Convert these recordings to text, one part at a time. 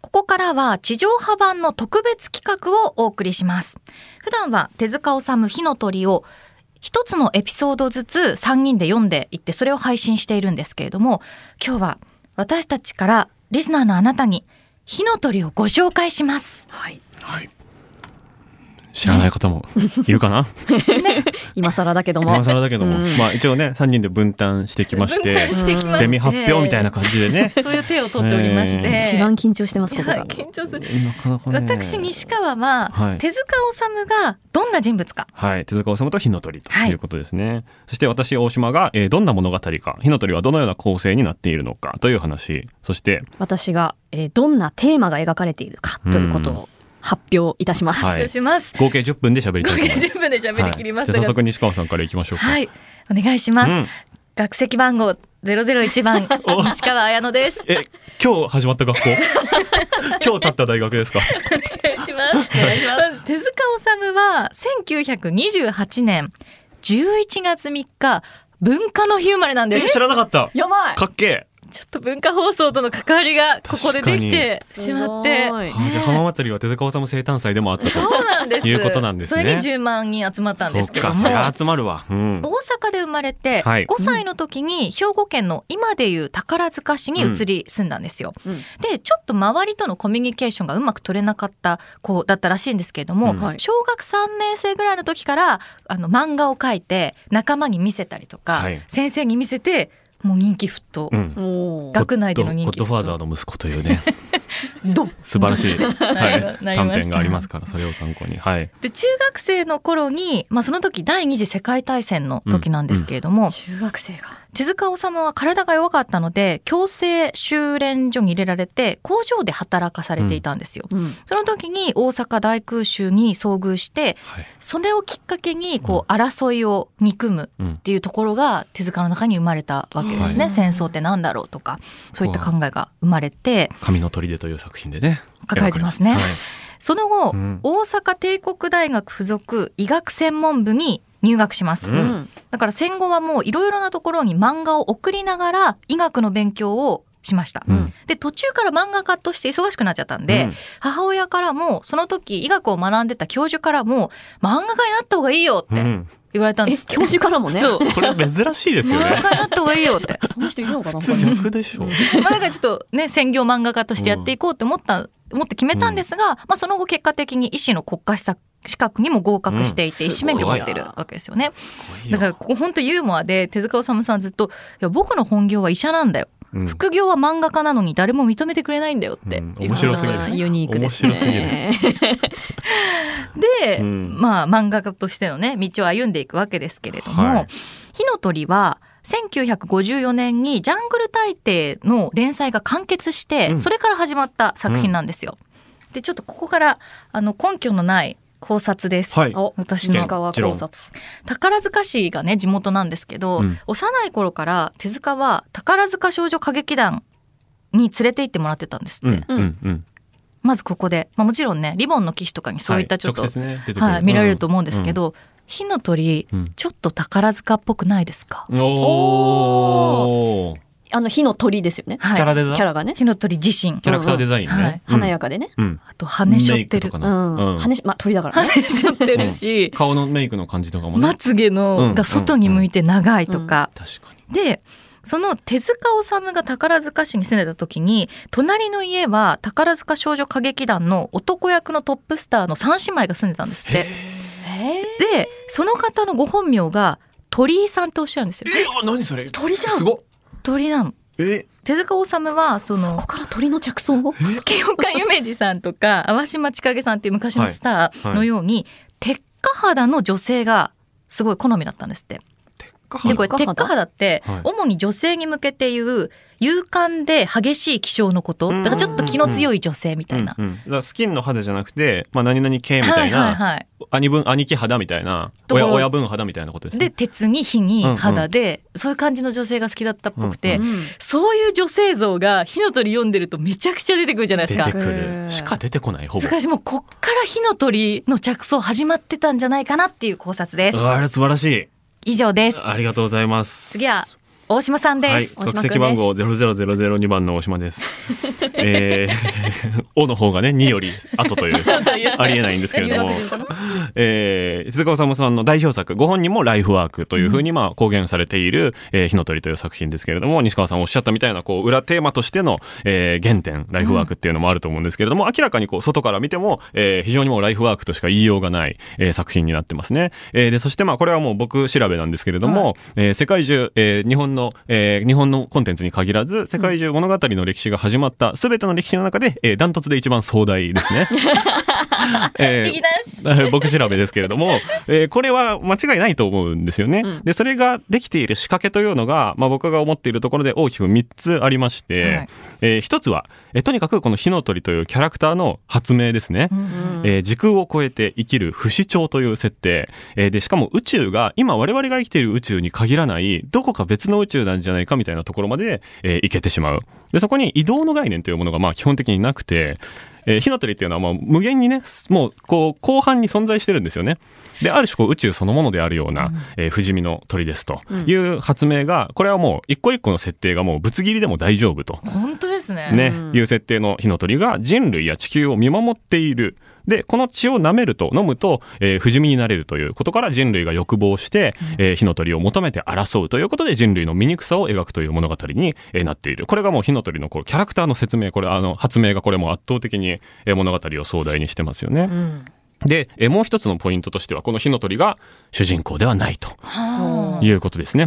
こからは地上波版の特別企画をお送りします。普段は手塚治虫火の鳥を一つのエピソードずつ3人で読んでいってそれを配信しているんですけれども今日は私たちからリスナーのあなたに火の鳥をご紹介します。。はい、はい。知らない方もいるかな。今更だけども今。更だけども、うんまあ一応ね、三人で分担してきまして、してきまゼミ発表みたいな感じでねそういう手を取っておりまして、え一番緊張してます、いここやが。緊張する。なかなかね。私西川は、はい手塚治虫がどんな人物かはい、手塚治虫と火の鳥とはいいうことですね、そして私大島が、えーどんな物語か火の鳥はどのような構成になっているのかという話そして私が、えーどんなテーマが描かれているかということを発表いたします。は発い表します。合計10分で喋り合たいと思い計ます10分で喋り切りましたが、はい、じゃあ早はい、速西川さんからいきましょうか、お願いします。うん、学籍番号001番 お西川彩乃です。え今日始まった学校今日経った大学ですかお願いします。まず手塚治虫は1928年11月3日文化の日生まれなんでえす。知らなかったやばいかっけちょっと文化放送との関わりがここでできてしまって。え、あじゃあ浜祭りは手塚治虫生誕祭でもあったとそうなんです。いうことなんですねそれに10万人集まったんですけども。そっかそりゃ集まるわ、うん大、阪で生まれてはい5歳の時に兵庫県の今でいう宝塚市に移り住んだんですよ。うんでちょっと周りとのコミュニケーションがうまく取れなかった子だったらしいんですけれども、うんはい小学3年生ぐらいの時からあの漫画を描いて仲間に見せたりとか、はい先生に見せてもう人気沸騰。うんおー学内での人気ゴッドゴッドファーザーの息子というね ドン素晴らしい、は なりましい、た短編がありますからそれを参考にはいで中学生の頃に、まあ、その時第二次世界大戦の時なんですけれども、中学生が。手塚治虫は体が弱かったので強制修練所に入れられて工場で働かされていたんですよ。うんその時に大阪大空襲に遭遇してはいそれをきっかけにこう争いを憎むうんっていうところが手塚の中に生まれたわけですね、はい戦争ってなんだろうとかそういった考えが生まれて「神の砦」という作品でね書かれてますねはいその後、うん大阪帝国大学附属医学専門部に入学します、うんだから戦後はもういろいろなところに漫画を送りながら医学の勉強をしました、うんで途中から漫画家として忙しくなっちゃったんで、うん母親からもその時医学を学んでた教授からも漫画家になった方がいいよっうてん言われたんえですって、教授からもね。そうこれ珍しいです漫よ画家ねに なった方がいいよってその人いるのかな。普通他に逆で しょまあだからちょっとね専業漫画家としてやっていこうと思った、思って決めたんですが、まあその後結果的に医師の国家資格資格にも合格していて、うん医師免許をすごい持ってるわけですよね。すごだいよからここ本当ユーモアで手塚治虫さんはずっと「いや僕の本業は医者なんだようん副業は漫画家なのに誰も認めてくれないんだよ」って、うん面白すぎるあーユニークですね。面白すぎるで、うんまあ漫画家としてのね道を歩んでいくわけですけれども「はい火の鳥」は1954年に「ジャングル大帝」の連載が完結して、うんそれから始まった作品なんですよ。でちょっとここからあの根拠のない考察です。はいお、私石の川考察。宝塚市がね地元なんですけど、うん幼い頃から手塚は宝塚少女歌劇団に連れて行ってもらってたんですって、うんうんうんまずここで、まあ、もちろんね「リボンの騎士」とかにそういったちょっと、ははいい直接ね出てくる見られると思うんですけど、火の鳥うんちょっと宝塚っぽくないですか、うんおーあの火の鳥ですよね。はい、キャラデザキャラがね。火の鳥自身キャラクターデザインうんはねい華ややかでね。あと羽しょってるうん。羽しまあ鳥だからね。羽しょってるし、顔のメイクの感じとかもねまつげのが外に向いて長いとか、確かにでその手塚治虫が宝塚市に住んでた時に隣の家は宝塚少女歌劇団の男役のトップスターの三姉妹が住んでたんですって えでその方のご本名が鳥居さんっておっしゃるんですよえー何それ鳥じゃんすごっ鳥なのえ手塚治虫はそーそのこから鳥の着想を。月岡夢二さんとか淡島千景さんっていう昔のスターのように、鉄火肌の女性がすごい好みだったんですって鉄火で花これ鉄鉄火肌火肌ってはい主に女性に向けて言う勇敢で激しい気性のことだからちょっと気の強い女性みたいな。うんうんだからスキンの肌じゃなくて、まあ、何々系みたいな、はいはい兄分兄貴肌みたいなところ親親分肌みたいなことはですい、ねで鉄に火に肌で、そういう感じの女性が好きだったっぽくて、うんそういう女性像が火の鳥読んでるとめちゃくちゃ出てくるじゃないです出てか。へくーるしか出てこないほぼしかしもうこっから火の鳥の着想始まってたんじゃないかなっていう考察ですう。わあれ素晴らしい以上です。ありがとうございます次は大島さんはでい、す。大島国君です籍番号ゼロゼロゼロゼロ二番の大島 です。えー、 おの方がね、二より 後という。ありえないんですけれども留学人かな えー、手塚治虫さんの代表作ご本人も「ライフワーク」というふうにまあ公言されている「えー火の鳥」という作品ですけれども西川さんおっしゃったみたいなこう裏テーマとしての、えー原点ライフワークっていうのもあると思うんですけれども、明らかにこう外から見ても、えー非常にもうライフワークとしか言いようがない、えー作品になってますね。えーでそしてまあこれはもう僕調べなんですけれども、えー世界中、えー日本の、えー日本のコンテンツに限らず世界中物語の歴史が始まった全ての歴史の中で、えーダントツで一番壮大です ね。えー引き出し 僕調べですけれども、えーこれは間違いないと思うんですよね。うんで、それができている仕掛けというのが、まあ、僕が思っているところで大きく3つありまして、はいえ1つは、えーとにかくこの火の鳥というキャラクターの発明ですね。うんえー時空を超えて生きる不死鳥という設定、えーでしかも宇宙が今我々が生きている宇宙に限らないどこか別の宇宙なんじゃないかみたいなところまで、えー行けてしまうでそこに移動の概念というものがまあ基本的になくて、えー火の鳥っていうのはまあ無限にねもうこう広範に存在してるんですよねである種こう宇宙そのものであるような、えー不死身の鳥ですという発明がこれはもう一個一個の設定がもうぶつ切りでも大丈夫と本当ですね。ねうん、いう設定の火の鳥が人類や地球を見守っている。で、この血を舐めると、飲むと、えー不死身になれるということから人類が欲望して、えー火の鳥を求めて争うということで人類の醜さを描くという物語に、えーなっている。これがもう火の鳥のこうキャラクターの説明、これ、あの、発明がこれもう圧倒的に、えー物語を壮大にしてますよね。うんで、えーもう一つのポイントとしては、この火の鳥が主人公ではないと。はあいうことですね。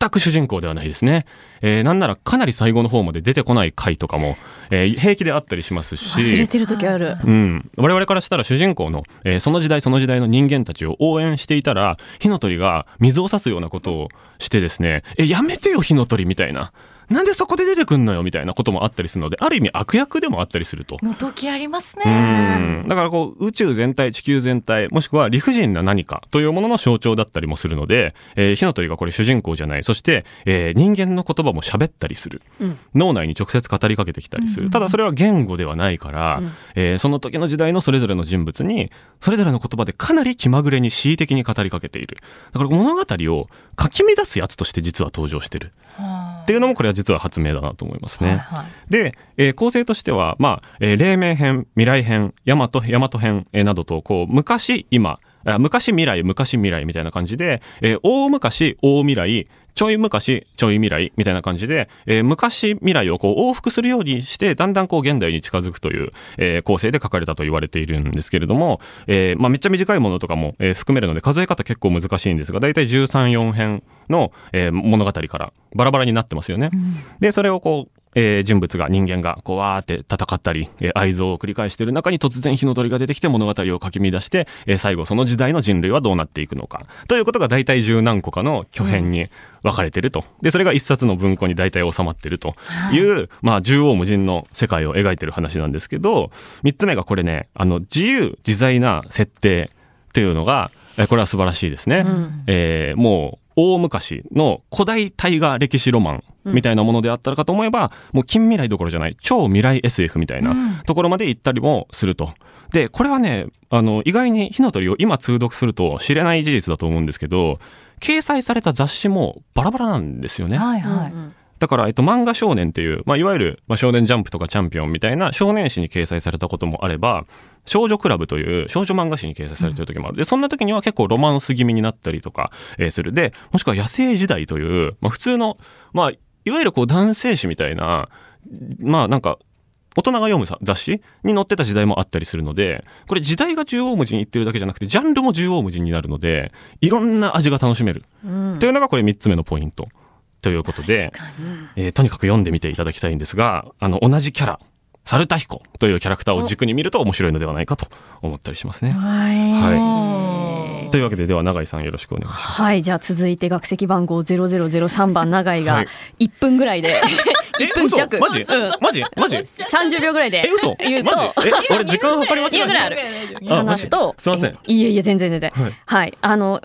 全く主人公ではないですね。えーなんならかなり最後の方まで出てこない回とかも、えー平気であったりします忘れし、てる時ある。うん、我々からしたら主人公の、えーその時代その時代の人間たちを応援していたら、火の鳥が水を差すようなことをしてですね、え、やめてよ火の鳥みたいな。なんでそこで出てくんのよみたいなこともあったりするので、ある意味悪役でもあったりすると。の時ありますうね。んだからこう宇宙全体地球全体もしくは理不尽な何かというものの象徴だったりもするので、えー火の鳥がこれ主人公じゃないそして、えー人間の言葉も喋ったりするうん脳内に直接語りかけてきたりする、ただそれは言語ではないから、うんえーその時の時代のそれぞれの人物にそれぞれの言葉でかなり気まぐれに恣意的に語りかけているだから物語をかき乱すやつとして実は登場してるはあっていうのもこれは実は発明だなと思いますね。はいはいで、えー構成としては、まあ、えー黎明編、未来編、大和、大和編、えーなどと、こう、昔、今、あ昔未来、昔未来みたいな感じで、えー大昔、大未来、ちょい昔、ちょい未来みたいな感じで、えー昔未来をこう往復するようにして、だんだんこう現代に近づくという、えー構成で書かれたと言われているんですけれども、えーまあめっちゃ短いものとかも、えー含めるので数え方結構難しいんですが、だいたい13、4編の、えー物語からバラバラになってますよね。で、それをこう、えー人物が人間がこうわーって戦ったり、えー、愛憎を繰り返している中に突然火の鳥が出てきて物語をかき乱して、えー最後その時代の人類はどうなっていくのかということが大体十何個かの巨編に分かれてると、でそれが一冊の文庫に大体収まってるという、まあ縦横無尽の世界を描いてる話なんですけど三つ目がこれねあの自由自在な設定っていうのが、えーこれは素晴らしいですね。うんえーもう大昔の古代大河歴史ロマンみたいなものであったかと思えば、もう近未来どころじゃない超未来 SF みたいなところまで行ったりもすると。でこれはねあの意外に火の鳥を今通読すると知れない事実だと思うんですけど掲載された雑誌もバラバラなんですよね。はいうんはい。だから、えっと、漫画少年っていう、まあ、いわゆる、まあ、少年ジャンプとかチャンピオンみたいな少年誌に掲載されたこともあれば、少女クラブという少女漫画誌に掲載されてる時もある。で、そんな時には結構ロマンス気味になったりとか、えーする。で、もしくは野生時代という、まあ、普通の、まあ、いわゆるこう男性誌みたいな、まあ、なんか、大人が読むさ雑誌に載ってた時代もあったりするので、これ時代が縦横無尽に行ってるだけじゃなくて、ジャンルも縦横無尽になるので、いろんな味が楽しめる。うんというのがこれ3つ目のポイント。ということで、えーとにかく読んでみていただきたいんですが、あの、同じキャラ、サルタヒコというキャラクターを軸に見ると面白いのではないかと思ったりしますね。はいというわけで、では永井さんよろしくお願いします。はい、じゃあ続いて学籍番号0003番永井はがい1分ぐら いで、1分嘘弱。マジうんマジマジえ、 30秒ぐらいで嘘言うとマジえ、俺時間計り間違言うぐらいあえるたあマ話ジすとすいませんえいえいえ全然全然はいはいあの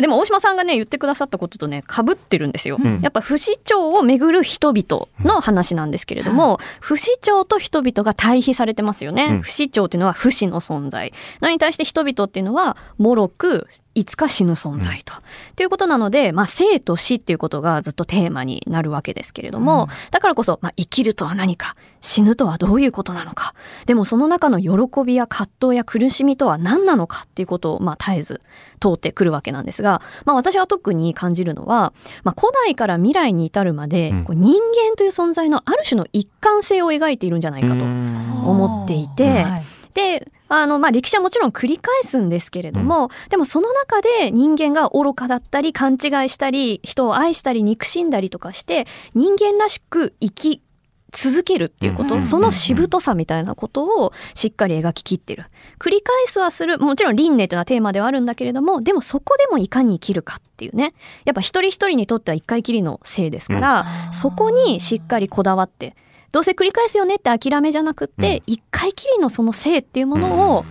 でも大島さんがね言ってくださったこととねかぶってるんですよ、うんやっぱ不死鳥をめぐる人々の話なんですけれども、不死鳥と人々が対比されてますよね、うん不死鳥っていうのは不死の存在なのに対して人々っていうのは脆くいつか死ぬ存在と、っていうことなので、まあ、生と死っていうことがずっとテーマになるわけですけれども、うんだからこそ、まあ、生きるとは何か死ぬとはどういうことなのかでもその中の喜びや葛藤や苦しみとは何なのかっていうことを、まあ、絶えず通ってくるわけなんですが、まあ、私が特に感じるのは、まあ、古代から未来に至るまで、うんこう人間という存在のある種の一貫性を描いているんじゃないかと。思っていてはいであの、まあ、歴史はもちろん繰り返すんですけれども、でもその中で人間が愚かだったり勘違いしたり人を愛したり憎しんだりとかして人間らしく生き続けるっていうこと、うんそのしぶとさみたいなことをしっかり描ききってる繰り返すはするもちろん輪廻というのはテーマではあるんだけれどもでもそこでもいかに生きるかっていうねやっぱ一人一人にとっては一回きりの生ですから、そこにしっかりこだわってどうせ繰り返すよねって諦めじゃなくって一、回きりのその性っていうものを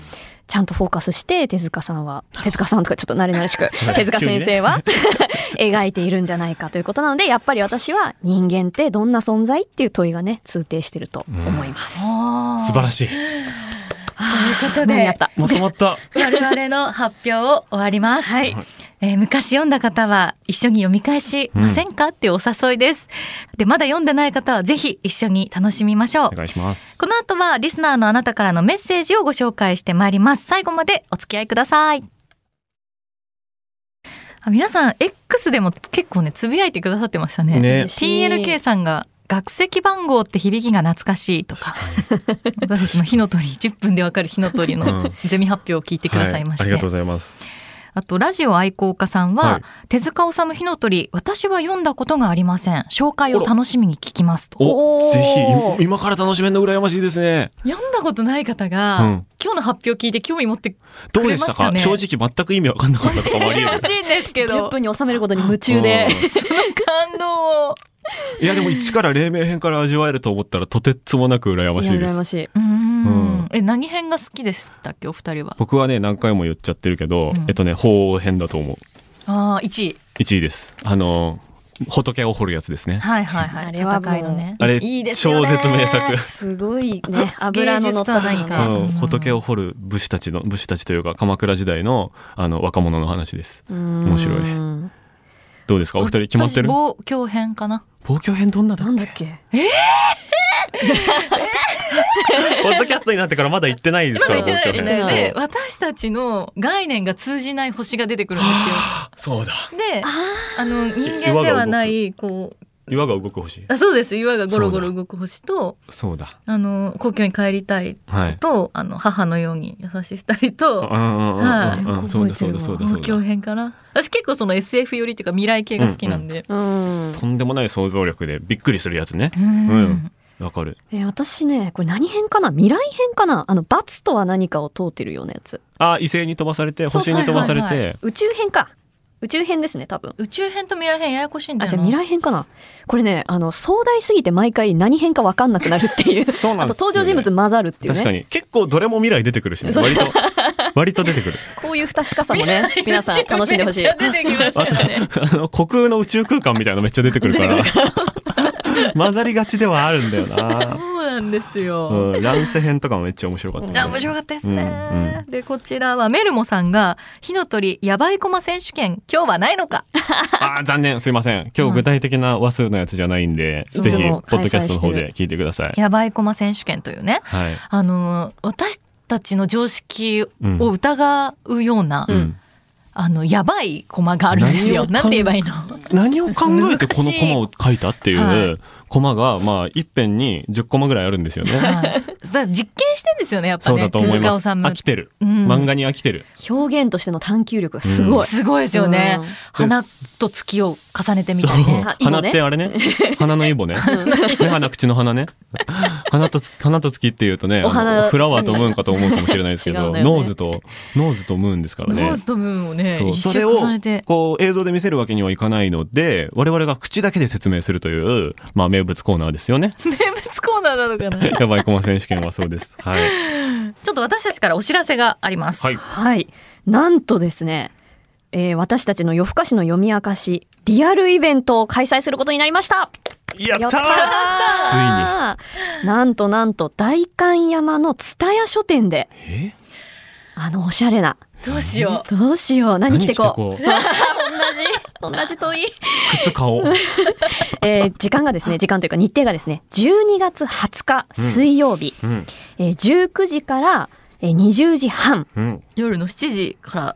ちゃんとフォーカスして手塚さん は手塚さんとかちょっと慣れ慣れしく手塚先生は、 描いているんじゃないかということなのでやっぱり私は人間ってどんな存在っていう問いがね通底してると思います。あー素晴らしい。ということ間に合でっ、たまとま った。我々の発表を終わります。はいえー昔読んだ方は一緒に読み返しませんか、っていうお誘いです。で、まだ読んでない方はぜひ一緒に楽しみましょうお。願いします。この後はリスナーのあなたからのメッセージをご紹介してまいります。最後までお付き合いください。あ皆さん X でも結構ねつぶやいてくださってましたね。ね PLK さんが学籍番号って響きが懐かしいとか、私の火の鳥10分でわかる火の鳥の うんゼミ発表を聞いてくださいましはありて、がとうございます。あとラジオ愛好家さんは、はい手塚治虫火の鳥私は読んだことがありません紹介を楽しみに聞きますとおお、ーぜひ今今から楽しめるの羨ましいですね。読んだことない方うが、ん。今日の発表聞いて興味持ってどうでしたかくれますかね正直全く意味わかんなかったとかもあ り得る欲しいんですけ10ど分に収めることに夢中で、感動をうんいやでも一から黎明編から味わえると思ったらとてつもなく羨まいしやいで羨すま。しい。うーんうんえ何編が好きでしたっけお二人は僕はね何回も言っちゃってるけど、うんえっとね法王編だと思う。ああ1位一位です。あの仏を掘るやつですね。はいはいはいあれはもう戦いのねあれいいですよ超ね絶名作。すごいね油の乗った芸術とは何かねう、うんん仏を掘る武士たちの武士たちというか鎌倉時代のあの若者の話です面面白いどうですかお二人決まってる私望郷編かな望郷編どんなだなんだっけポッドキャストになってからまだ行ってないですからまだ行ってない行望郷編ってないで私たちの概念が通じない星が出てくるんですそうそうだよでああの人間ではないこう岩が動く星あそうです岩がゴロゴロ動く星とそうだあの故郷に帰りたいはいとあの母のように優しい二人うとんうんうんはいうんうんそうだそうだそうだそ東京うだ編かな私結構その SF 寄りというか未来系が好きなんで、ーうんとんでもない想像力でびっくりするやつねうんうんわかるえー私ねこれ何編かな未来編かなあの「罰とは何か」を通ってるようなやつあ異星に飛ばされてそう星に飛ばされはいはて宇宙編か宇宙編ですね多分宇宙編と未来編ややこしいんだあよじゃなあ未来編かなこれねあの壮大すぎて毎回何編か分かんなくなるっていう そうなあんとです登よね場人物混ざるっていう確かねに結構どれも未来出てくるしね割と割と出てくるこういう不確かさもね皆 さん楽しんでほしいめっちゃ出てきますよねあの、虚空の宇宙空間みたいなのめっちゃ出てく るから。混ざりがちではあるんだよ な。そうなんですよ、うん、乱世編とかもめっちゃ面白かった、あ面白かったですうんね、でこちらはメルモさんが「火の鳥やばい駒選手権今日はないのかあー残念、すいません。今日具体的な話数のやつじゃないんで、うんぜひ、いポつもッドキャストの方開催してで聞いてください。やばい駒選手権」というねはい。あの私たちの常識うんを疑うような、うんあのやばい駒があるんですよ何をなんて言えばいいの何を考えてこのコマを書いたっていはうコマが、まあ、一遍に10コマぐらいあるんですよね。はい それは実験してんですよねやっぱそうねだと思います。手塚治虫飽きてる。うん漫画に飽きてる。表現としての探求力がすごい、すごいですよね、うん花と月を重ねてみたいねそうあイボ鼻ねってあれね。鼻のイボね。目鼻口の鼻ね。鼻とつ花と月っていうとね、お花あのフラワーとムーンかと思うかもしれないですけ違うど、んだよねノーズと、ノーズとムーンですからねノー。ズとムーンをねそう一それ周を重ねてこう映像で見せるわけにはいかないので我々が口だけで説明するという、まあ、名物コーナーですよね名物コーナーなの かなやばい駒選手権はそうですはいちょっと私たちからお知らせがあります、はいはい。なんとですね、えー私たちの夜更かしの読み明かしリアルイベントを開催することになりましたやったーついになんとなんと代官山の蔦屋書店でついにえあのおしゃれなどうしよどうしよう何着てこう う同じ同じ問い、靴買おうえー時間がですね時間というか日程がですね12月20日水曜日、うんえー19時からえー20時半うんう夜の7時から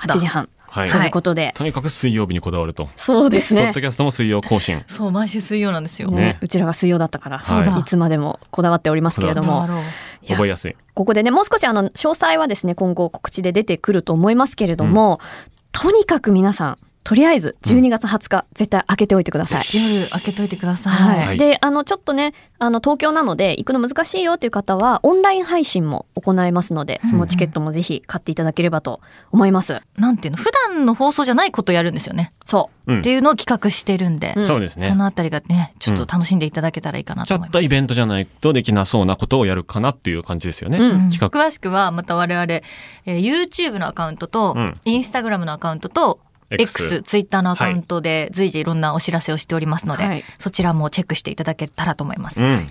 8時半はい、ということで、とにかく水曜日にこだわると、そうですポねッドキャストも水曜更新そう毎週水曜なんですよ、ねねうちらが水曜だったから、そうだい、つまでもこだわっておりますけれどどうもだろういや覚えやすいここでねもう少しあの詳細はですね今後告知で出てくると思いますけれども、とにかく皆さんとりあえず12月20日、絶対開けておいてください。夜開けといてください、はいはいであのちょっとねあの東京なので行くの難しいよという方はオンライン配信も行いますのでそのチケットもぜひ買っていただければと思います。なんていうの普段の放送じゃないことやるんですよね、そうんっていうのを企画してるんで、うんそうですねそのあたりがねちょっと楽しんでいただけたらいいかなちとょ思いまっす、とイベントじゃないとできなそうなことをやるかなっていう感じですよね、う、うんうん企画詳しくはまた我々、えー YouTube のアカウントと、うん Instagram のアカウントと X、Twitter のアカウントで随時いろんなお知らせをしておりますので、はいそちらもチェックしていただけたらと思います。うん